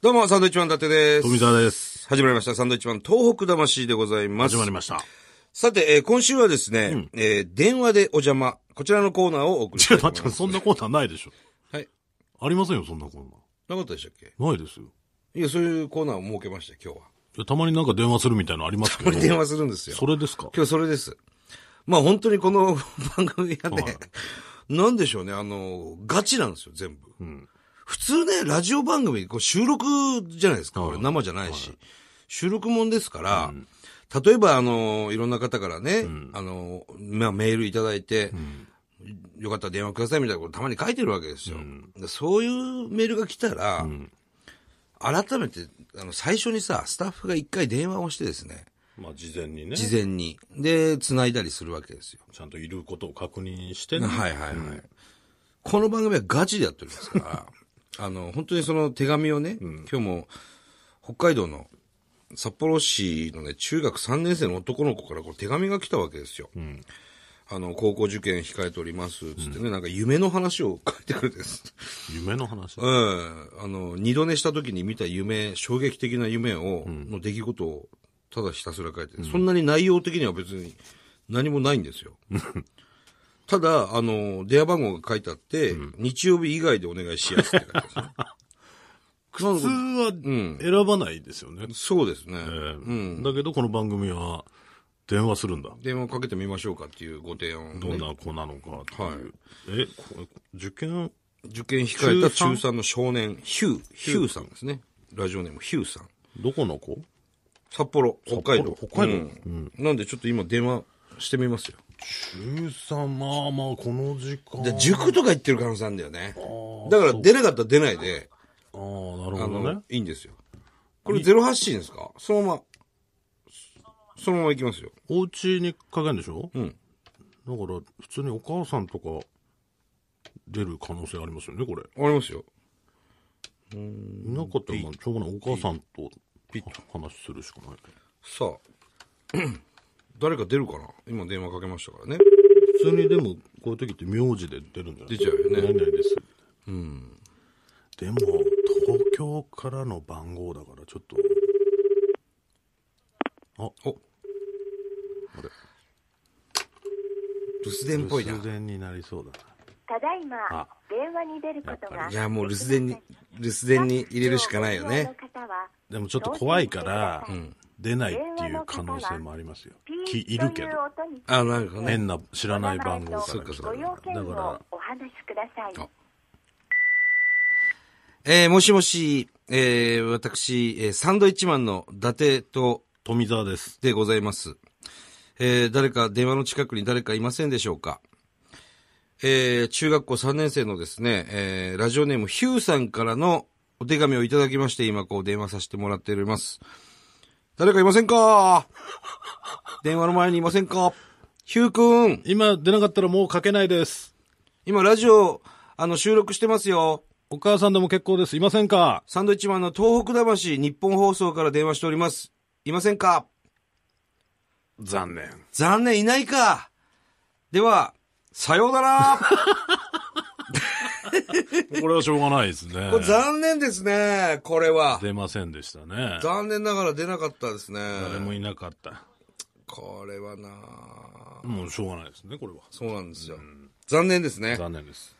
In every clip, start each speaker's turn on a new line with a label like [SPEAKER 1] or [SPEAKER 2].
[SPEAKER 1] どうも、サンドイッチマン伊達です。
[SPEAKER 2] 富澤です。
[SPEAKER 1] 始まりました。サンドイッチマン東北魂でございます。
[SPEAKER 2] 始まりました。
[SPEAKER 1] さて、えー今週はですね、えー電話でお邪魔、こちらのコーナーをお送りし
[SPEAKER 2] 違、
[SPEAKER 1] たいうと
[SPEAKER 2] だっ
[SPEAKER 1] 思いま
[SPEAKER 2] て
[SPEAKER 1] す。
[SPEAKER 2] そんなコーナーないでしょ。
[SPEAKER 1] はい。
[SPEAKER 2] ありませんよ、そんなコー
[SPEAKER 1] なかったでしたっけ
[SPEAKER 2] ナー。ないですよ。
[SPEAKER 1] いや、そういうコーナーを設けました、今日は。
[SPEAKER 2] いやたまになんか電話するみたいなのありますけ
[SPEAKER 1] こ
[SPEAKER 2] ど。
[SPEAKER 1] れ電話するんですよ。
[SPEAKER 2] それですか
[SPEAKER 1] 今日それです。まあ本当にこの 番組はね、
[SPEAKER 2] はい
[SPEAKER 1] なんでしょうね、あの、ガチなんですよ、全部。
[SPEAKER 2] うん。
[SPEAKER 1] 普通ね、ラジオ番組、こう収録じゃないですか、これ
[SPEAKER 2] はい
[SPEAKER 1] 生じゃないし。収録もんですから、例えば、あの、いろんな方からね、あの、まあ、メールいただいて、よかったら電話くださいみたいなことたまに書いてるわけですよ。でそういうメールが来たら、改めて、あの、最初にさ、スタッフが一回電話をしてですね、
[SPEAKER 2] まあ、事前にね
[SPEAKER 1] 事前に。で、繋いだりするわけですよ。
[SPEAKER 2] ちゃんといることを確認して
[SPEAKER 1] はいはいはい。この番組はガチでやっておりますから、あ の、本当にその手紙をね、今日も北海道の札幌市のね、中学3年生の男の子からこう手紙が来たわけですよ。あの、高校受験控えております、つってね、なんか夢の話を書いてくれてです。
[SPEAKER 2] 夢の話。
[SPEAKER 1] ええあの、二度寝した時に見た夢、衝撃的な夢を、の出来事を、ただひたすら書いて、そんなに内容的には別に何もないんですよ。ただ、あの、電話番号が書いてあって、日曜日以外でお願いしやすって書いてあるんで すよ
[SPEAKER 2] 普通は選ばないですよね。
[SPEAKER 1] そうですね、
[SPEAKER 2] えーだけど、この番組は電話するんだ。
[SPEAKER 1] 電話をかけてみましょうかっていうご提案をね、
[SPEAKER 2] どんな子なのかっていう。えこ、受験
[SPEAKER 1] 受験控えた中
[SPEAKER 2] 中
[SPEAKER 1] 3
[SPEAKER 2] 三
[SPEAKER 1] の少年、ヒュー、ヒューさんですね。ラジオネームヒューさん。
[SPEAKER 2] どこの子
[SPEAKER 1] 札幌、北海道。
[SPEAKER 2] 札幌北海道
[SPEAKER 1] うんなんでちょっと今電話してみますよ。
[SPEAKER 2] 中3、まあまあ、この時間。
[SPEAKER 1] で塾とか行ってる可能性あるんだよね。だから出なかったら出ないで、
[SPEAKER 2] ああ、なる
[SPEAKER 1] あ
[SPEAKER 2] ほどね
[SPEAKER 1] の、。いいんですよ。これ087ですかそのまま。そのまま行きますよ。
[SPEAKER 2] お家にかけんでしょ
[SPEAKER 1] うん。
[SPEAKER 2] だから、普通にお母さんとか出る可能性ありますよね、これ。
[SPEAKER 1] ありますよ。
[SPEAKER 2] いなかったら、まあしょうがない。お母さんと話するしかない。
[SPEAKER 1] さあ。 誰か出るかな今電話かけましたからね。
[SPEAKER 2] 普通にでも、こういう時って名字で出るんじゃない
[SPEAKER 1] 出ちゃうよね
[SPEAKER 2] 何々です。うん。でも、東京からの番号だから、ちょっと。
[SPEAKER 1] お
[SPEAKER 2] あれ
[SPEAKER 1] 留守電っぽいな
[SPEAKER 2] 留。守電になりそうだな。
[SPEAKER 3] ただい
[SPEAKER 2] あ
[SPEAKER 3] ま電話に出ることが
[SPEAKER 1] いや、もう留守電に、留守電に入れるしかないよね。
[SPEAKER 2] でもちょっと怖いから、出ないっていう可能性もありますよ。きいるけど。
[SPEAKER 1] あ、なるほどね。
[SPEAKER 2] 変な、知らない番号から来た
[SPEAKER 3] ご
[SPEAKER 2] ら。
[SPEAKER 3] 用件
[SPEAKER 2] だから
[SPEAKER 3] を、お話しください。
[SPEAKER 1] えー、もしもし、えー、私、えーサンドイッチマンの伊達と、
[SPEAKER 2] 富澤です。
[SPEAKER 1] でございます。えー誰か、電話の近くに誰かいませんでしょうかえー中学校3年生のですね、えーラジオネームヒューさんからのお手紙をいただきまして、今こう電話させてもらっております。誰かいませんか電話の前にいませんかヒューくん、
[SPEAKER 2] 今出なかったらもうかけないです。
[SPEAKER 1] 今ラジオ、あの、収録してますよ。
[SPEAKER 2] お母さんでも結構です。いませんか
[SPEAKER 1] サンドイッチマンの東北魂日本放送から電話しております。いませんか
[SPEAKER 2] 残念。
[SPEAKER 1] 残念、いないか。では、さような ら
[SPEAKER 2] これはしょうがないですね
[SPEAKER 1] これ。残念ですね、これは。
[SPEAKER 2] 出ませんでしたね。
[SPEAKER 1] 残念ながら出なかったですね。
[SPEAKER 2] 誰もいなかった。
[SPEAKER 1] これはなあ
[SPEAKER 2] もうしょうがないですね、これは。
[SPEAKER 1] そうなんですよ。残念ですね。
[SPEAKER 2] 残念です。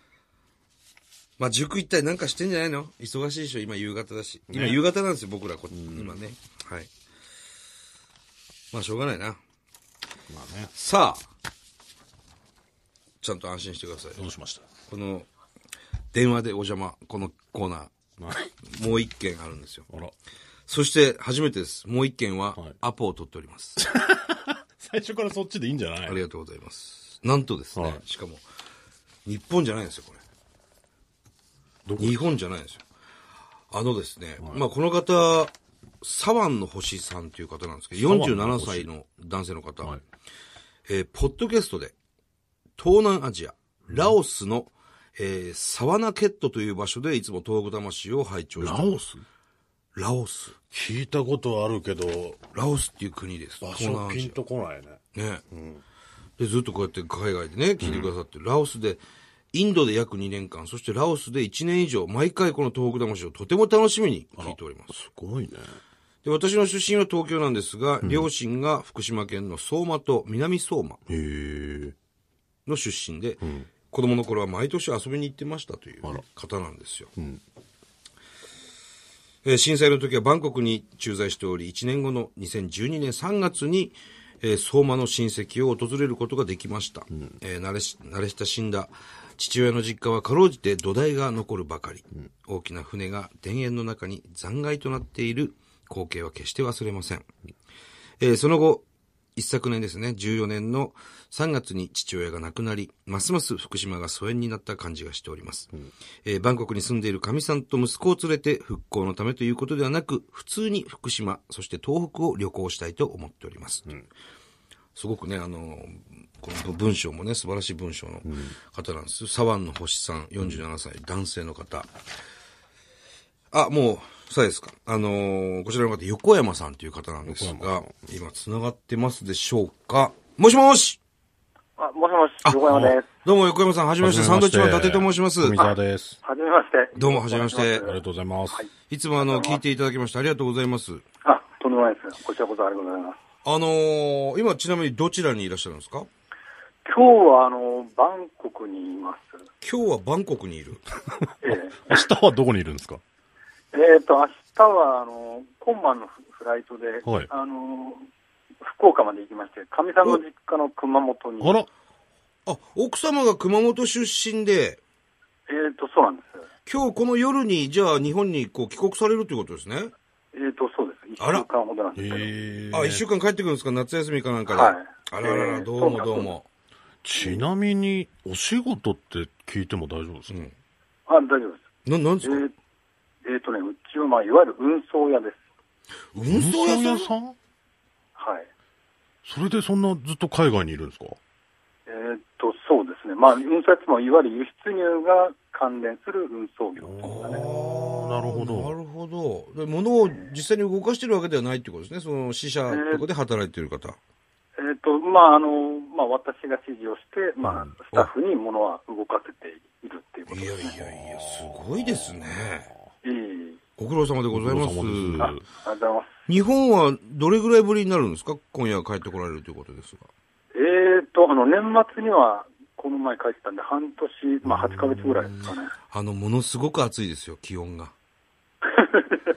[SPEAKER 1] まあ、塾行ったりなんかしてんじゃないの忙しいでしょ、今夕方だし。今
[SPEAKER 2] ね
[SPEAKER 1] 夕方なんですよ、僕らこ、今ね。はい。まあ、しょうがないな。
[SPEAKER 2] まあね。
[SPEAKER 1] さあ、ちゃんと安心してください。
[SPEAKER 2] どうしました
[SPEAKER 1] この、電話でお邪魔、このコーナ
[SPEAKER 2] あ
[SPEAKER 1] ー、もう一件あるんですよ。
[SPEAKER 2] ら。
[SPEAKER 1] そして、初めてです。もう一件は
[SPEAKER 2] はい、
[SPEAKER 1] アポを取っております。
[SPEAKER 2] 最初からそっちでいいんじゃな
[SPEAKER 1] あ
[SPEAKER 2] い
[SPEAKER 1] りがとうございます。なんとですね、
[SPEAKER 2] はい
[SPEAKER 1] しかも、日本じゃないんですよ、こ
[SPEAKER 2] ど
[SPEAKER 1] れ。日本じゃないんですよ。あのですね、まあこの方、サワンの星さんという方なんですけど、
[SPEAKER 2] サワンの
[SPEAKER 1] 47
[SPEAKER 2] 星
[SPEAKER 1] 歳の男性の方、
[SPEAKER 2] はい
[SPEAKER 1] えーポッドキャストで、東南アジア、ラオスの、えーサワナケットという場所でいつも東北魂を拝聴して
[SPEAKER 2] ラオス
[SPEAKER 1] ラオス。
[SPEAKER 2] 聞いたことあるけど、
[SPEAKER 1] ラオスっていう国です。
[SPEAKER 2] 場
[SPEAKER 1] 東
[SPEAKER 2] 所
[SPEAKER 1] 南ア
[SPEAKER 2] ピ
[SPEAKER 1] ジ
[SPEAKER 2] ン
[SPEAKER 1] ア。
[SPEAKER 2] とこないね。
[SPEAKER 1] ね、でずっとこうやって海外でね聞いてくださって、ラオスでインドで約2年間、そしてラオスで1年以上、毎回この東北魂をとても楽しみに聞いております。
[SPEAKER 2] すごいね。
[SPEAKER 1] で私の出身は東京なんですが、両親が福島県の相馬と南相馬
[SPEAKER 2] へえ。
[SPEAKER 1] の出身で、子供の頃は毎年遊びに行ってましたという
[SPEAKER 2] あら
[SPEAKER 1] 方なんですよ。
[SPEAKER 2] うん。
[SPEAKER 1] えー震災の時はバンコクに駐在しており、1年後の2012年3月に、えー相馬の親戚を訪れることができました。えー慣れし慣れ親しんだ父親の実家はかろうじて土台が残るばかり。大きな船が田園の中に残骸となっている光景は決して忘れません。えーその後、一昨年ですね、14年の3月に父親が亡くなり、ますます福島が疎遠になった感じがしております。えーバンコクに住んでいる神さんと息子を連れて復興のためということではなく、普通に福島、そして東北を旅行したいと思っております。すごくね、あの、この文章もね、素晴らしい文章の方なんです。サワンの星さん、47歳、男性の方。あ、もう、そうですか。あのーこちらの方、横山さんという方なんですが、今、繋がってますでしょうかもしもし
[SPEAKER 4] あ、もしもし、横山です。
[SPEAKER 1] どうも、横山さん、はじめまして、サンドウィッチマン伊達と申します。
[SPEAKER 2] 富澤です。
[SPEAKER 4] はじめまして。
[SPEAKER 1] どうもはじめまして
[SPEAKER 4] お願い
[SPEAKER 2] ありが
[SPEAKER 4] ます
[SPEAKER 2] とうございます。
[SPEAKER 1] いつもあの、聞いていただきまして、ありがとうございます。
[SPEAKER 4] あ、とんでもないです。こちらこそありがとうございます。
[SPEAKER 1] あのー今、ちなみにどちらにいらっしゃるんですか
[SPEAKER 4] 今日は、あの、バンコクにいます。
[SPEAKER 1] 今日はバンコクにいる。
[SPEAKER 4] え
[SPEAKER 2] 明日はどこにいるんですか
[SPEAKER 4] ええーと、明日は、あの、今晩のフフライトで、
[SPEAKER 2] はい
[SPEAKER 4] あの、福岡まで行きまして、かみさんの実家の熊本に。
[SPEAKER 2] あら、
[SPEAKER 1] あ、奥様が熊本出身で、
[SPEAKER 4] えーと、そうなんです。
[SPEAKER 1] 今日この夜に、じゃあ日本にこう帰国されるということですね。
[SPEAKER 4] えーと、そうです。一週
[SPEAKER 1] あら
[SPEAKER 4] 間ほどなんですけど。
[SPEAKER 2] え
[SPEAKER 1] あ、一週間帰ってくるんですか夏休みかなんかで。
[SPEAKER 4] はい
[SPEAKER 1] あらら
[SPEAKER 4] え
[SPEAKER 1] ら、
[SPEAKER 4] ー
[SPEAKER 1] どうもどうも。
[SPEAKER 2] ちなみに、お仕事って聞いても大丈夫ですか、
[SPEAKER 1] うん
[SPEAKER 4] あ、大丈夫です。
[SPEAKER 1] な、なんで
[SPEAKER 4] え
[SPEAKER 1] すか、
[SPEAKER 4] ーえーとね、うちは、まあ、いわゆる運送屋です。
[SPEAKER 1] 運送屋さん
[SPEAKER 2] さん
[SPEAKER 4] はい。
[SPEAKER 2] それでそんなずっと海外にいるんですか
[SPEAKER 4] えーっと、そうですね。まあ、運送やつも、いわゆる輸出入が関連する運送業です
[SPEAKER 1] あ
[SPEAKER 4] かね。
[SPEAKER 1] ー
[SPEAKER 2] なるほど
[SPEAKER 1] なるほど。で、物を実際に動かしてるわけではないってことですね。その、死者とかで働いてる方。
[SPEAKER 4] えーっと、まあ、あの、まあ、私が指示をして、まあ、スタッフに物は動かせているっていうこと
[SPEAKER 1] い
[SPEAKER 4] で
[SPEAKER 1] やい
[SPEAKER 4] す
[SPEAKER 1] や
[SPEAKER 4] ね。
[SPEAKER 1] いや、すごいですね。
[SPEAKER 4] いい
[SPEAKER 1] ご苦労様でございま。
[SPEAKER 2] ご苦労様ですす
[SPEAKER 4] ありがとうございます。
[SPEAKER 1] 日本はどれぐらいぶりになるんですか今夜帰ってこられるということですが。
[SPEAKER 4] えーっと、あの、年末には、この前帰ってたんで、半年、まあ、8ヶ月ぐらいですかね。
[SPEAKER 1] あの、ものすごく暑いですよ、気温が。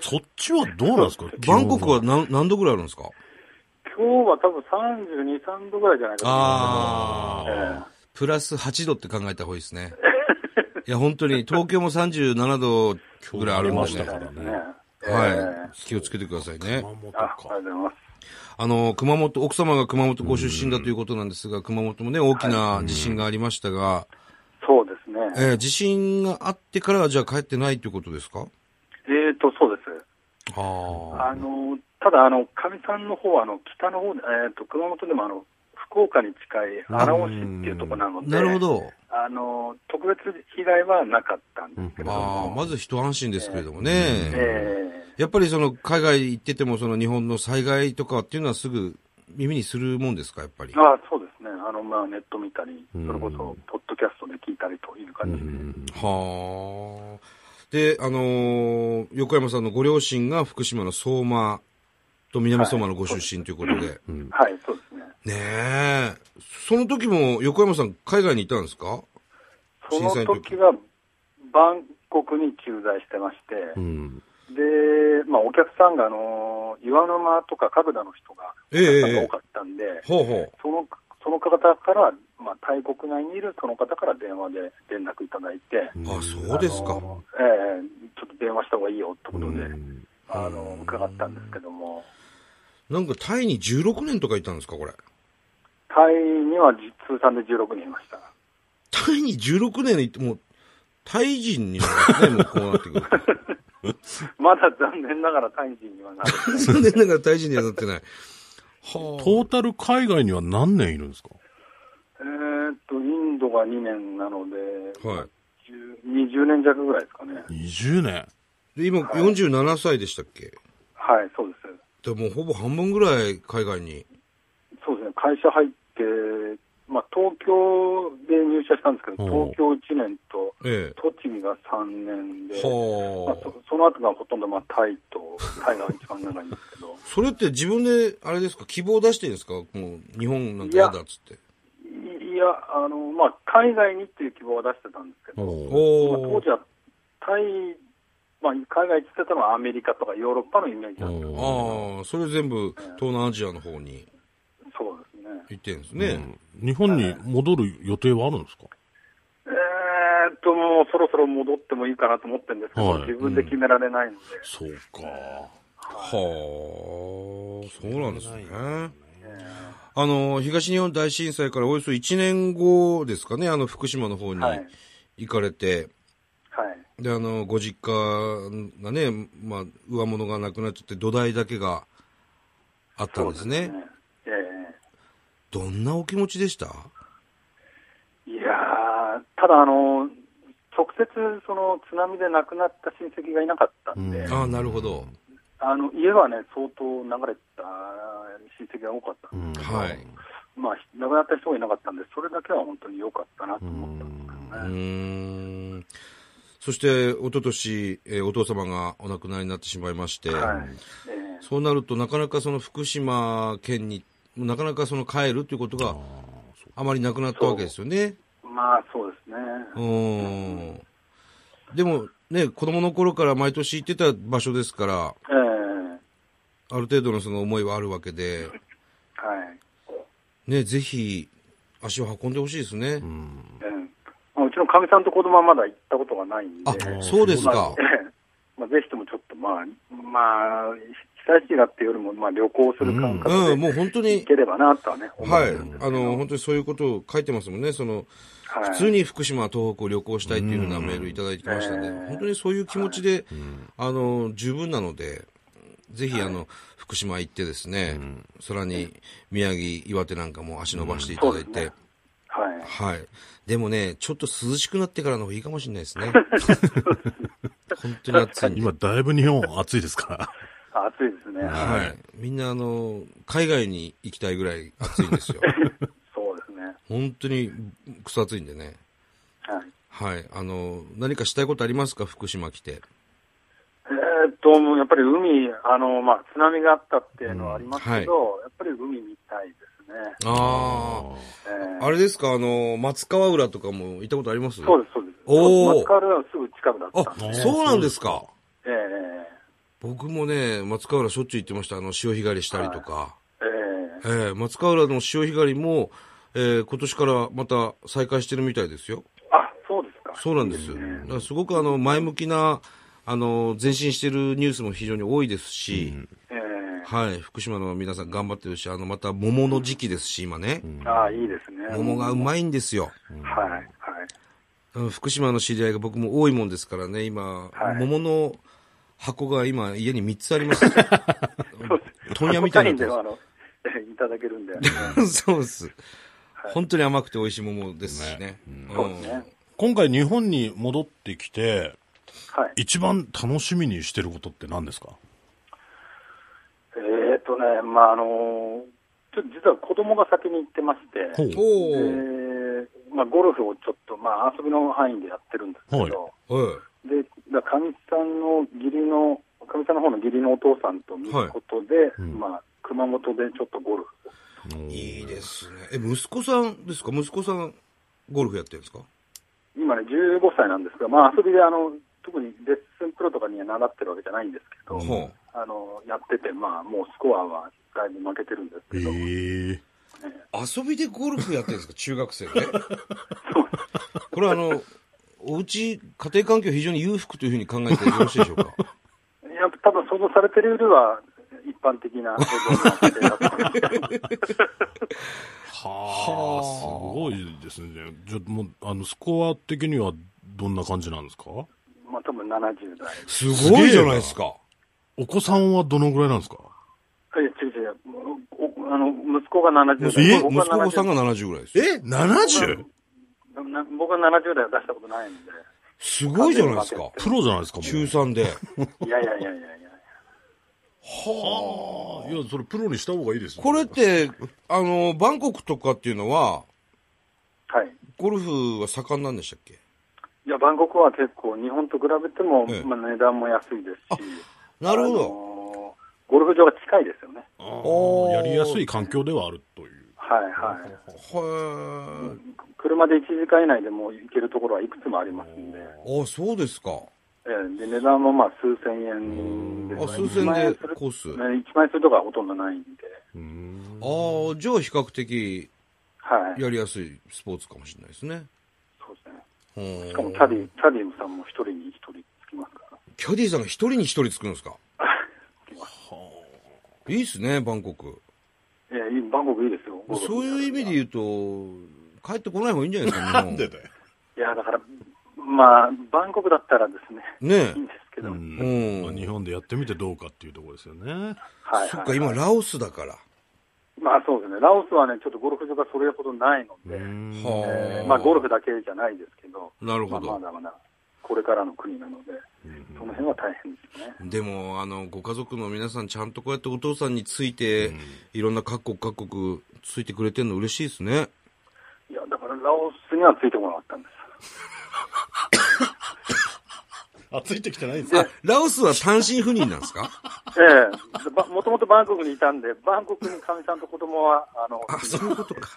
[SPEAKER 2] そっちはどうなんですか
[SPEAKER 1] バンコクは何何度ぐらいあるんですか
[SPEAKER 4] 今日は多分32、3度ぐらいじゃないかと
[SPEAKER 1] ああ、プラス8度って考えた方がいいですね。いや、本当に東京も37度ぐらいあるん
[SPEAKER 2] ま
[SPEAKER 1] で
[SPEAKER 2] し
[SPEAKER 1] すね。
[SPEAKER 2] たから
[SPEAKER 4] 思い
[SPEAKER 2] ね。
[SPEAKER 4] ますね。えー
[SPEAKER 1] はい。気をつけてくださいね。
[SPEAKER 2] 熊本
[SPEAKER 4] あ、あ
[SPEAKER 2] か。
[SPEAKER 4] りがとうございます。
[SPEAKER 1] あの、熊本、奥様が熊本ご出身だということなんですが、熊本もね、大きな地震がありましたが、
[SPEAKER 4] そうですね。
[SPEAKER 1] えー地震があってからはじゃあ帰ってないということですか
[SPEAKER 4] えーっと、そうです。
[SPEAKER 1] ああ。
[SPEAKER 4] あのただ、あのかみさんの方はあの北の方で、えー、と熊本でもあの福岡に近い荒尾市っていうところなので、
[SPEAKER 1] なるほど。
[SPEAKER 4] あの特別被害はなかったんですけれど
[SPEAKER 1] あ
[SPEAKER 4] も、
[SPEAKER 1] あ、まず一安心ですけれどもね。
[SPEAKER 4] え
[SPEAKER 1] やっぱりその海外行っててもその日本の災害とかっていうのはすぐ耳にするもんですか、やっぱり
[SPEAKER 4] え。ああそうですねあの、まあ、ネット見たり、そ
[SPEAKER 2] ん
[SPEAKER 4] れこそポッドキャストで聞いたりという感じで、
[SPEAKER 1] はあ。で、あのー横山さんのご両親が福島の相馬と南相馬のご出身ということで。
[SPEAKER 4] はい、そうですね、
[SPEAKER 1] ねえ。その時も横山さん海外にいたんですか
[SPEAKER 4] そ
[SPEAKER 1] 震
[SPEAKER 4] の
[SPEAKER 1] 災の時
[SPEAKER 4] 時はバンコクに駐在してまして、
[SPEAKER 2] うん。
[SPEAKER 4] でまあ、お客さんがあの岩沼とか神楽の人が
[SPEAKER 1] ええええ
[SPEAKER 4] 多かったんで。
[SPEAKER 1] ほうほう。
[SPEAKER 4] そのその方から、まあ、タイ国内にいるその方から電話で連絡いただいて、
[SPEAKER 1] あ、そうですか
[SPEAKER 4] あ。のええちょっと電話した方がいいよってことで、
[SPEAKER 2] うん
[SPEAKER 4] あの伺ったんですけども、
[SPEAKER 1] なんかタイに16年とかいたんですか、これ。
[SPEAKER 4] タイには通算で16人いました。
[SPEAKER 1] タイに16年行って、もう、タイ人になるんですね、 もうこうなってくると。
[SPEAKER 4] まだ残念ながらタイ人にはな る。
[SPEAKER 1] 残念ながら大事にはなってない。
[SPEAKER 2] ト
[SPEAKER 1] は
[SPEAKER 2] ータル海外には何年いるんですか
[SPEAKER 4] えーっと、インドが2年なので、
[SPEAKER 1] あ。はい。
[SPEAKER 4] 10 20年弱ぐらいですかね。
[SPEAKER 2] ?20 年。
[SPEAKER 1] で、今47歳でしたっけ
[SPEAKER 4] はい、そうで
[SPEAKER 1] で
[SPEAKER 4] す。
[SPEAKER 1] もうほぼ半分ぐらい海外に。
[SPEAKER 4] そうですね、会社入って、まあ、東京で入社したんですけど、
[SPEAKER 1] ほう
[SPEAKER 4] 東京1年と、
[SPEAKER 1] え
[SPEAKER 4] 栃木が3年
[SPEAKER 1] え。
[SPEAKER 4] で、まあ
[SPEAKER 1] はあ、
[SPEAKER 4] そ。その後がほとんど、まあ、タイと、タイが一番長いんですけど
[SPEAKER 1] それって自分で、あれですか、希望出してるんですかもう、日本なんか嫌だっつって。
[SPEAKER 4] いいや、あのまあ、海外にっていう希望は出してたんですけど、
[SPEAKER 2] お
[SPEAKER 4] まあ、当
[SPEAKER 1] お
[SPEAKER 4] 時はタイ、まあ、海外行ってたのはアメリカとかヨーロッパのイメージだったんで
[SPEAKER 1] お。ああ、それ全部東南アジアの方に
[SPEAKER 4] すそうですね。
[SPEAKER 1] 行ってるんです
[SPEAKER 2] ね、
[SPEAKER 1] ね。
[SPEAKER 2] うん日本に戻る予定はあるんですか、
[SPEAKER 4] えーっと、もうそろそろ戻ってもいいかなと思ってるんですけど、
[SPEAKER 2] はい
[SPEAKER 4] 自分で決められないので、
[SPEAKER 2] そうか。
[SPEAKER 1] はあ、そうなんですね。あの、東日本大震災からおよそ1年後ですかね、あの、福島の方に
[SPEAKER 4] はい
[SPEAKER 1] 行かれて、
[SPEAKER 4] はい。
[SPEAKER 1] で、あの、ご実家がね、まあ、上物がなくなっちゃって、土台だけがあったんですね。
[SPEAKER 4] え
[SPEAKER 1] どんなお気持ちでした
[SPEAKER 4] えいやー、ただあの、直接その津波で亡くなった親戚がいなかったんで、
[SPEAKER 2] うん
[SPEAKER 1] ああ、なるほど。
[SPEAKER 4] あの家はね、相当流れた親戚が多かった
[SPEAKER 2] うん
[SPEAKER 4] で
[SPEAKER 2] ん
[SPEAKER 1] はい。
[SPEAKER 4] まあ、亡くなった人がいなかったんで、それだけは本当に良かったなと
[SPEAKER 2] う
[SPEAKER 4] 思ったん
[SPEAKER 2] ん
[SPEAKER 1] うー
[SPEAKER 4] ですね。
[SPEAKER 1] ん。そして、一昨年、えーお父様がお亡くなりになってしまいまして、
[SPEAKER 4] はいええ
[SPEAKER 1] そうなると、なかなかその福島県に、なかなかその帰るということ
[SPEAKER 2] あ
[SPEAKER 1] が
[SPEAKER 2] ーそう
[SPEAKER 1] あまりなくなったわけですよね。
[SPEAKER 4] まあそうですね、
[SPEAKER 1] うーん。でも、ね、子供の頃から毎年行ってた場所ですから、
[SPEAKER 4] ええ
[SPEAKER 1] ある程度のその思いはあるわけで、
[SPEAKER 4] はい
[SPEAKER 1] ね、ぜひ、足を運んでほしいですね。
[SPEAKER 2] うん
[SPEAKER 4] ええまあ、うちのかみさんと子供はまだ行ったことがないんで、
[SPEAKER 1] あ、そうです
[SPEAKER 4] まあ
[SPEAKER 1] か。
[SPEAKER 4] ええまあ、ぜひともちょっと、まあ、まあ、被災地だっていうよりも、まあ、旅行する感覚
[SPEAKER 1] う
[SPEAKER 4] で
[SPEAKER 1] ん、もう本当
[SPEAKER 4] 行
[SPEAKER 1] に
[SPEAKER 4] け、ればなとはね、思っ
[SPEAKER 1] は
[SPEAKER 4] て
[SPEAKER 1] い
[SPEAKER 4] るんです。け
[SPEAKER 1] あ
[SPEAKER 4] ど
[SPEAKER 1] の、本当にそういうことを書いてますもんね。その、
[SPEAKER 4] はい
[SPEAKER 1] 普通に福島、東北を旅行したいっていうようなメールいただいてきましたね。
[SPEAKER 4] うん
[SPEAKER 1] 本当にそういう気持ちで、あの、十分なので、ぜひ、あの、福島行ってですね、さらに宮城、岩手なんかも足伸ばしていただい
[SPEAKER 4] うんそうで
[SPEAKER 1] て
[SPEAKER 4] すね、はい。
[SPEAKER 1] はい。でもね、ちょっと涼しくなってからの方がいいかもしれないですね。本当に暑いんで。
[SPEAKER 2] 今、だいぶ日本暑いです から。
[SPEAKER 4] あ暑いですね。
[SPEAKER 1] はい。みんな、あの、海外に行きたいぐらい暑いん ですよ。
[SPEAKER 4] そうですね。
[SPEAKER 1] 本当に、くそ暑いんでね。
[SPEAKER 4] はい。
[SPEAKER 1] はい。あの、何かしたいことありますか福島来て。
[SPEAKER 4] えーっと、もうやっぱり海、あの、まあ、津波があったっていうのはありますけど、やっぱり海見たいですね。
[SPEAKER 1] あ
[SPEAKER 4] え
[SPEAKER 1] あ。あれですか、あの、松川浦とかも行ったことあります
[SPEAKER 4] ーそうです、そうです。
[SPEAKER 1] おー
[SPEAKER 4] 松川はすぐ近くだったんで。
[SPEAKER 1] あ、そうなんですか。
[SPEAKER 4] え
[SPEAKER 1] 僕もね、松川浦しょっちゅう行ってました。あの、潮干狩りしたりとか。
[SPEAKER 4] えええ
[SPEAKER 1] ええ松川浦の潮干狩りも、えー今年からまた再開してるみたいですよ。
[SPEAKER 4] あ、そうですか。
[SPEAKER 1] そうなんです。だからすごくあの、前向きな、あの、前進してるニュースも非常に多いですし、
[SPEAKER 4] ええ
[SPEAKER 1] はい、福島の皆さん頑張ってるし、あの、また桃の時期ですし、今ね。
[SPEAKER 4] ああ、いいですね。
[SPEAKER 1] 桃がうまいんですよ。
[SPEAKER 4] はい、はい。
[SPEAKER 1] うん福島の知り合いが僕も多いもんですからね、今、
[SPEAKER 4] はい
[SPEAKER 1] 桃の箱が今家に3つあり ます。問屋みた
[SPEAKER 4] た
[SPEAKER 1] い
[SPEAKER 4] い
[SPEAKER 1] に
[SPEAKER 4] で
[SPEAKER 1] な
[SPEAKER 4] は
[SPEAKER 1] っ
[SPEAKER 4] あの、えいただけるんで。 え
[SPEAKER 1] てます。そうです。本当に甘くて美味しい桃ですしね。
[SPEAKER 4] そうですね。
[SPEAKER 2] 今回、日本に戻ってきて、
[SPEAKER 4] はい。
[SPEAKER 2] 一番楽しみにしてることって何ですか
[SPEAKER 4] えっ、とね、まあ、あの、ちょっと実は子供が先に行ってまして、
[SPEAKER 2] ほう
[SPEAKER 1] うんお
[SPEAKER 4] で
[SPEAKER 1] ー、
[SPEAKER 4] まあ、ゴルフをちょっと、まあ、遊びの範囲でやってるんですけど、
[SPEAKER 2] はい
[SPEAKER 1] はい。
[SPEAKER 4] で、だかみさんの義理の、かみさんの方の義理のお父さんと見ることで、
[SPEAKER 2] うん
[SPEAKER 4] まあ、熊本でちょっとゴルフを。
[SPEAKER 1] いいですね。え、息子さんですか息子さん、ゴルフやってるんですか
[SPEAKER 4] 今ね、15歳なんですが、まあ、遊びで、あの、特にレッスンプロとかには習ってるわけじゃないんですけど、
[SPEAKER 1] ほ
[SPEAKER 4] あの、やってて、まあ、もうスコアはだいぶ負けてるんです
[SPEAKER 2] ええ
[SPEAKER 4] けど、
[SPEAKER 1] 遊びでゴルフやってるん ですか中学生で。これはあの、お家、家庭環境非常に裕福というふうに考えてよろしいでしょうか
[SPEAKER 4] やっぱ多分想像されてるよりは、一般的 な想像になってます
[SPEAKER 2] はあ、すごいですね。じゃあ、もう、あの、スコア的にはどんな感じなんですか
[SPEAKER 4] まあ、多分70代。
[SPEAKER 1] すごいじゃないですか。
[SPEAKER 2] お子さんはどのぐらいなんですか
[SPEAKER 4] いや、違う違う。おあの、息子が70代。
[SPEAKER 2] え
[SPEAKER 4] 僕
[SPEAKER 1] 息
[SPEAKER 4] が
[SPEAKER 1] 子さん
[SPEAKER 4] 70
[SPEAKER 1] が70ぐらいですよ。
[SPEAKER 2] え ?70?
[SPEAKER 4] な僕は70代は出したことないんで。
[SPEAKER 1] すごいじゃないですか。
[SPEAKER 2] プロじゃないですか、もう
[SPEAKER 1] 中3で。
[SPEAKER 4] いやいやいやいやいや。
[SPEAKER 2] はあ。いや、それプロにした方がいいですよ
[SPEAKER 1] これって、あの、バンコクとかっていうのは、
[SPEAKER 4] はい。
[SPEAKER 1] ゴルフは盛んなんでしたっけ
[SPEAKER 4] いや、バンコクは結構、日本と比べても、
[SPEAKER 1] ええ
[SPEAKER 4] まあ、値段も安いですし、
[SPEAKER 1] なるほど。
[SPEAKER 4] あのーゴルフ場が近いですよね。
[SPEAKER 2] あ
[SPEAKER 1] おー
[SPEAKER 2] ーやりやすい環境ではあるという。
[SPEAKER 4] はいはい。
[SPEAKER 1] へ
[SPEAKER 4] 車で1時間以内でもう行けるところはいくつもありますんで、
[SPEAKER 1] え。あ、そうですか。
[SPEAKER 4] ええで値段もまあ数千円です
[SPEAKER 1] あ、
[SPEAKER 4] ね
[SPEAKER 1] 数千
[SPEAKER 4] 1万円
[SPEAKER 1] です
[SPEAKER 4] る
[SPEAKER 1] コース。
[SPEAKER 4] ね
[SPEAKER 1] あ
[SPEAKER 4] 1万円するとこはほとんどないんで、
[SPEAKER 2] うん
[SPEAKER 1] あー、じゃあ比較的
[SPEAKER 4] はい。
[SPEAKER 1] やりやすいスポーツかもしれないですね。
[SPEAKER 4] そうですね。
[SPEAKER 1] し
[SPEAKER 4] しかもキャディ、キャディさんも一人に一人つきますから。
[SPEAKER 1] キャディーさんが一人に一人つくんです かいいっすね、バンコク。
[SPEAKER 4] ええいいバンコクいいですよ。ゴルフ
[SPEAKER 1] そういう意味で
[SPEAKER 4] い
[SPEAKER 1] 言うと、帰ってこない方がいいんじゃないですか、
[SPEAKER 2] な
[SPEAKER 1] 日本
[SPEAKER 2] んでだよ。
[SPEAKER 4] や、だから、まあ、バンコクだったらですね、
[SPEAKER 1] ね
[SPEAKER 4] いいんですけど、
[SPEAKER 1] うん
[SPEAKER 2] まあ日本でやってみてどうかっていうところですよね。
[SPEAKER 1] え。
[SPEAKER 4] はい、
[SPEAKER 1] そっ
[SPEAKER 4] は
[SPEAKER 1] か、
[SPEAKER 4] い。
[SPEAKER 1] 今、ラオスだから。
[SPEAKER 4] まあそうですね、ラオスはね、ちょっとゴルフ場がそれほどないので、
[SPEAKER 2] うん
[SPEAKER 1] は
[SPEAKER 4] え
[SPEAKER 1] あ
[SPEAKER 4] ーまあゴルフだけじゃないですけど、
[SPEAKER 1] なるほど
[SPEAKER 4] まあまだまだこれからの国なので、その辺は大変ですね。
[SPEAKER 1] でも、あの、ご家族の皆さん、ちゃんとこうやってお父さんについて、いろんな各国各国、ついてくれてるの嬉しいですね。
[SPEAKER 4] いや、だからラオスにはついてこなかったんです。
[SPEAKER 2] あ、ついてきてないんです
[SPEAKER 1] あ
[SPEAKER 2] か、
[SPEAKER 1] ラオスは単身赴任なんですか
[SPEAKER 4] ええばもともとバンコクにいたんで、バンコクにかみさんと子供は、あの、
[SPEAKER 1] あ、そういうことか。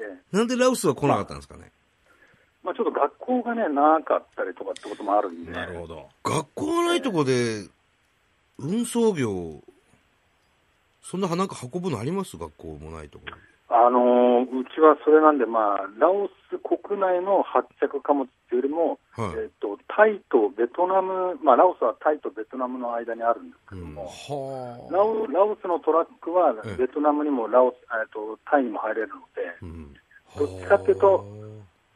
[SPEAKER 4] ええ
[SPEAKER 1] なんでラオスは来なかったんですかね。
[SPEAKER 4] まあちょっと学校がね、長かったりとかってこともあるんで、
[SPEAKER 2] なるほど。
[SPEAKER 1] 学校がないとこで、運送業、そんななんか運ぶのあります学校もないところで。
[SPEAKER 4] あのーうちはそれなんで、まあ、ラオス国内の発着貨物っていうよりも、
[SPEAKER 1] はい
[SPEAKER 4] えっとタイとベトナム、まあ、ラオスはタイとベトナムの間にあるんですけども、
[SPEAKER 1] は
[SPEAKER 4] ラオラオスのトラックは
[SPEAKER 1] ええ
[SPEAKER 4] ベトナムにもラオス、えっとタイにも入れるので、
[SPEAKER 2] うん
[SPEAKER 4] どっちかっていうと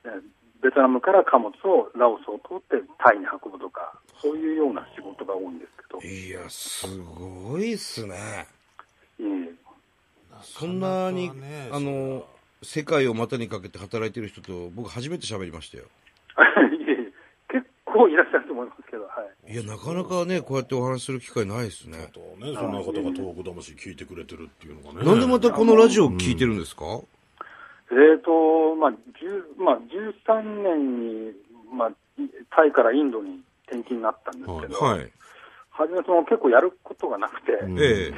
[SPEAKER 4] えーベトナムから貨物をラオスを通ってタイに運ぶとか、そういうような仕事が多いんですけど、え
[SPEAKER 1] いや、すごいっすね。
[SPEAKER 4] え
[SPEAKER 1] そんなに、
[SPEAKER 2] ね
[SPEAKER 1] あの、世界を股にかけて働いてる人と、僕初めて喋りましたよ。
[SPEAKER 4] いえいえ結構いらっしゃると思いますけど、はい。
[SPEAKER 1] いや、なかなかね、こうやってお話しする機会ないです
[SPEAKER 2] あ
[SPEAKER 1] ね。
[SPEAKER 2] とね、そんな方が東北魂聞いてくれてるっていうのがね。
[SPEAKER 1] なんでまたこのラジオ聞いてるんですか、
[SPEAKER 4] えーとまあ10まあ、13年に、まあ、いタイからインドに転勤になったんですけど、は
[SPEAKER 1] はい。
[SPEAKER 4] じめその結構やることがなくて、
[SPEAKER 2] うん
[SPEAKER 1] ええ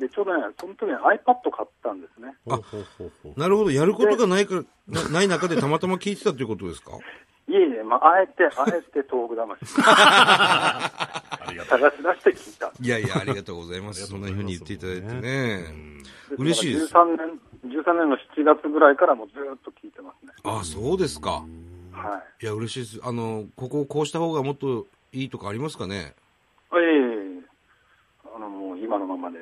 [SPEAKER 4] ででちょうどね、その時に iPad 買ったんですね。
[SPEAKER 2] ほうほうほうほう
[SPEAKER 1] なるほど、やることがないから、なない中でたまたま聞いてたということですか
[SPEAKER 4] いえいえ、まあ、あえて、あえて東北魂
[SPEAKER 2] ありがとう。
[SPEAKER 4] 探し出して聞いた。
[SPEAKER 1] いやいや、ありがとうござい ます。そんなふうに言っていただいてね。嬉しいです。
[SPEAKER 4] 13年、13年の7月ぐらいからもうずーっと聞いてますね。
[SPEAKER 1] あ、そうですか。
[SPEAKER 4] はい
[SPEAKER 1] や、嬉しいです。あの、ここをこうした方がもっといいとかありますかね
[SPEAKER 4] い。ええあの、もう今のままで。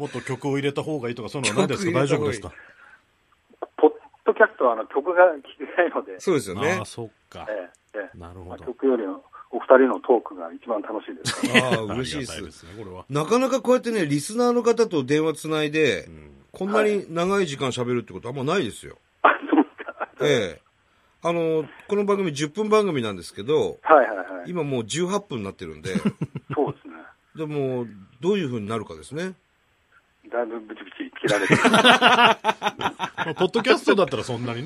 [SPEAKER 2] もっと曲を入れた方がいいとか、そういうのは何ですか
[SPEAKER 1] 曲
[SPEAKER 2] 大丈
[SPEAKER 1] 入
[SPEAKER 2] 夫
[SPEAKER 1] れ
[SPEAKER 2] で
[SPEAKER 1] た方
[SPEAKER 2] すか
[SPEAKER 4] ポッドキャストはあの曲が聞きたいので、
[SPEAKER 1] そうですよね
[SPEAKER 2] ああ、。そっか
[SPEAKER 4] え。えええ
[SPEAKER 2] なる
[SPEAKER 4] ま
[SPEAKER 2] ほ
[SPEAKER 4] あ、
[SPEAKER 2] ど。
[SPEAKER 4] 曲よりもお二人のトークが一番楽しいですから
[SPEAKER 1] ああ、嬉しいで
[SPEAKER 2] ありがた
[SPEAKER 1] す。
[SPEAKER 2] ね、これは。
[SPEAKER 1] なかなかこうやってね、リスナーの方と電話つないで、こんなに長い時間喋るってことあんまないですよ。
[SPEAKER 4] あそうか
[SPEAKER 1] ええ。あの、この番組10分番組なんですけど、
[SPEAKER 4] はいはい はい
[SPEAKER 1] 今もう18分になってるんで、
[SPEAKER 4] そうですね
[SPEAKER 1] でも、どういう風になるかですね。
[SPEAKER 4] だいぶブチブチ切られてる
[SPEAKER 2] まあポッドキャストだったらそんなに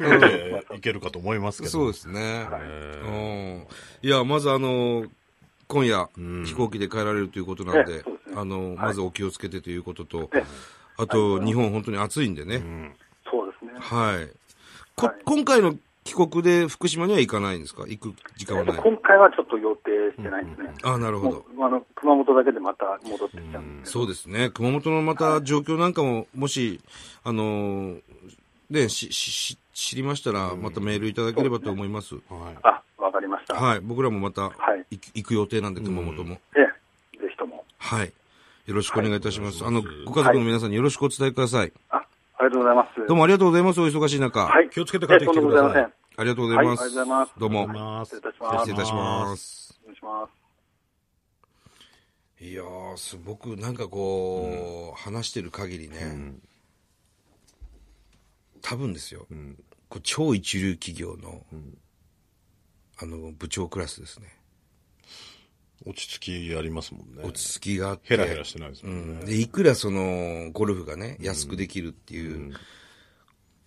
[SPEAKER 2] ね、増えていけるかと思いますけど。。
[SPEAKER 1] そうですすね。
[SPEAKER 2] え
[SPEAKER 1] うん。いや、まずあの、今夜、
[SPEAKER 2] うん
[SPEAKER 1] 飛行機で帰られるということなん
[SPEAKER 4] え
[SPEAKER 1] で
[SPEAKER 4] えそうです、ね
[SPEAKER 1] あの、まずお気をつけてということと
[SPEAKER 4] ええ、
[SPEAKER 1] あと、日本本当に暑いんでね。
[SPEAKER 4] そうですね
[SPEAKER 1] はい。こ、
[SPEAKER 4] はい
[SPEAKER 1] 今回の帰国で福島には行かないんですか行く時間
[SPEAKER 4] え
[SPEAKER 1] は
[SPEAKER 4] っと
[SPEAKER 1] ない。
[SPEAKER 4] 今回はちょっと予定してないですね、
[SPEAKER 1] あ、なるほど。
[SPEAKER 4] もうあの熊本だけでまた戻ってきちゃうんですけど
[SPEAKER 1] そうですね。熊本のまた状況なんかも、もし、あのーね、し、し、し知りましたら、またメールいただければと思います。
[SPEAKER 2] えはい。
[SPEAKER 4] あわかりました、
[SPEAKER 1] はい。僕らもまた
[SPEAKER 4] はい
[SPEAKER 1] 行く、行く予定なんで、熊本も。
[SPEAKER 4] ええぜひとも
[SPEAKER 1] はい。よろしくお願いいたします。
[SPEAKER 2] は
[SPEAKER 1] あ
[SPEAKER 2] い
[SPEAKER 1] の、ご家族の皆さんによろしくお伝えください。
[SPEAKER 4] あありがとうございます
[SPEAKER 1] どうもありがとうございます。お忙しい中。
[SPEAKER 4] はい
[SPEAKER 2] 気をつけて帰ってきてください
[SPEAKER 4] ええとんでもございません
[SPEAKER 1] ありがとうございます。
[SPEAKER 4] はいありがとうございます
[SPEAKER 1] どうも。
[SPEAKER 2] ま
[SPEAKER 4] 失礼いたします
[SPEAKER 1] 失礼いたします。
[SPEAKER 4] お願いします
[SPEAKER 1] いやー、すごくなんかこう、話してる限りね、多分ですよ、こう超一流企業の、あの、部長クラスですね。
[SPEAKER 2] 落ち着きありますもんね。
[SPEAKER 1] 落ち着きがあって。
[SPEAKER 2] ヘラヘラしてないですも
[SPEAKER 1] うん
[SPEAKER 2] ね。
[SPEAKER 1] ん。で、いくらその、ゴルフがね、安くできるっていう、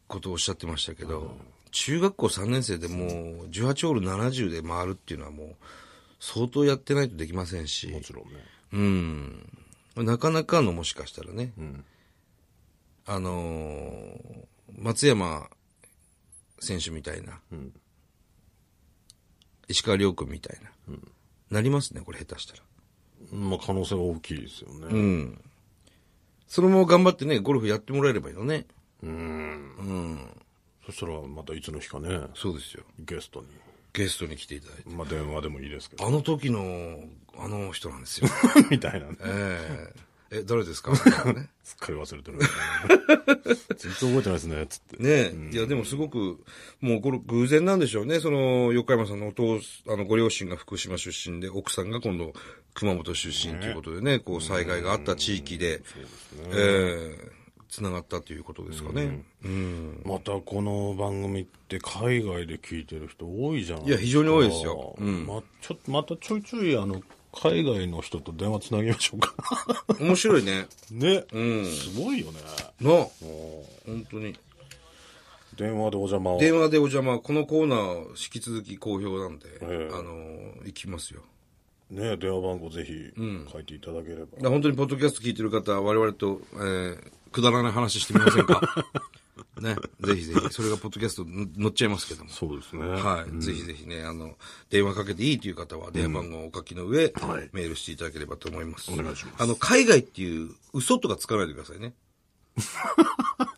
[SPEAKER 1] ことをおっしゃってましたけど、中学校3年生でもう18オール70で回るっていうのはもう相当やってないとできませんし、
[SPEAKER 2] もちろんね。
[SPEAKER 1] うん。なかなかのもしかしたらね、
[SPEAKER 2] ん
[SPEAKER 1] あのー松山選手みたいな、
[SPEAKER 2] ん
[SPEAKER 1] 石川遼君みたいな、なりますね、これ下手したら。
[SPEAKER 2] まあ可能性は大きいですよ
[SPEAKER 1] う
[SPEAKER 2] ね。
[SPEAKER 1] ん。そのまま頑張ってね、ゴルフやってもらえればいいのね。
[SPEAKER 2] うん。
[SPEAKER 1] うん。
[SPEAKER 2] そしたらまたいつの日かね、
[SPEAKER 1] そうですよ。
[SPEAKER 2] ゲストに。
[SPEAKER 1] ゲストに来ていただいて。
[SPEAKER 2] まあ電話でもいいです けど。
[SPEAKER 1] あの時の、あの人なん ですよ。
[SPEAKER 2] みたいなね。
[SPEAKER 1] えええ、誰です かね
[SPEAKER 2] すっかり忘れてるみたいな。全然覚えてないですね、つって。
[SPEAKER 1] ねえ、いや、でもすごく、もうこれ偶然なんでしょうね。その、横山さんのお父す、あの、ご両親が福島出身で、奥さんが今度、熊本出身ということでね、こう、災害があった地域で、ええ繋がったということですかね。うん。
[SPEAKER 2] またこの番組って海外で聞いてる人多いじゃない
[SPEAKER 1] いや非常に多いですようん
[SPEAKER 2] ま、ちょっとまたちょいちょいあの、海外の人と電話つなぎましょうか。
[SPEAKER 1] 面白いね。
[SPEAKER 2] ね、
[SPEAKER 1] うん
[SPEAKER 2] すごいよね。
[SPEAKER 1] なあ本当に。
[SPEAKER 2] 電話でお邪魔を。
[SPEAKER 1] 電話でお邪魔、このコーナー、引き続き好評なんで、
[SPEAKER 2] ええ
[SPEAKER 1] あの、行きますよ。
[SPEAKER 2] ね、電話番号ぜひ書いていただけれ
[SPEAKER 1] だ
[SPEAKER 2] ば。
[SPEAKER 1] から本当にポッドキャスト聞いてる方、我々と、えーくだらない話してみません かね、ぜひぜひ、それがポッドキャストに載っちゃいますけども。
[SPEAKER 2] そうですね。
[SPEAKER 1] はい、
[SPEAKER 2] うん
[SPEAKER 1] ぜひぜひね、あの、電話かけていいという方は、電話番号をお書きの上、
[SPEAKER 2] はい
[SPEAKER 1] メールしていただければと思います。
[SPEAKER 2] お願いします
[SPEAKER 1] あの、海外っていう嘘とかつかないでください ね。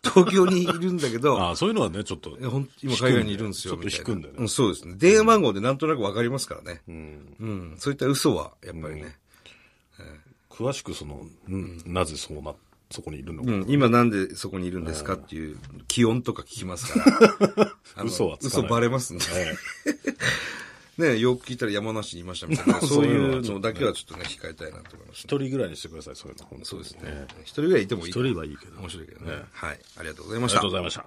[SPEAKER 1] 東京にいるんだけど、
[SPEAKER 2] あそういうのはね、ちょっと。
[SPEAKER 1] いやほん今海外にいるんですよ、
[SPEAKER 2] ちょっ
[SPEAKER 1] み
[SPEAKER 2] と
[SPEAKER 1] たいな。
[SPEAKER 2] 引くんだよ
[SPEAKER 1] う
[SPEAKER 2] ね。
[SPEAKER 1] そうですね。電話番号でなんとなくわかりますからね。
[SPEAKER 2] うん。
[SPEAKER 1] うん、そういった嘘は、やっぱりね。
[SPEAKER 2] 詳しくその、うんなぜそうな、そこにいるのか。
[SPEAKER 1] うん、今なんでそこにいるんですかっていう、気温とか聞きますから。あの
[SPEAKER 2] 嘘はつか
[SPEAKER 1] 嘘
[SPEAKER 2] ない
[SPEAKER 1] バレますんで。
[SPEAKER 2] はい
[SPEAKER 1] ねよく聞いたら山梨にいましたみたいな。そういうのだけはちょっとね、控えたいなと思いますね。
[SPEAKER 2] 一人ぐらいにしてください、そういうの。本当に
[SPEAKER 1] そうですね。一人ぐらいいてもいい。
[SPEAKER 2] 一人はいいけど
[SPEAKER 1] 面白いけど
[SPEAKER 2] ね
[SPEAKER 1] ね。はい。ありがとうございま
[SPEAKER 2] あ
[SPEAKER 1] し
[SPEAKER 2] り
[SPEAKER 1] た
[SPEAKER 2] がとう。ございました。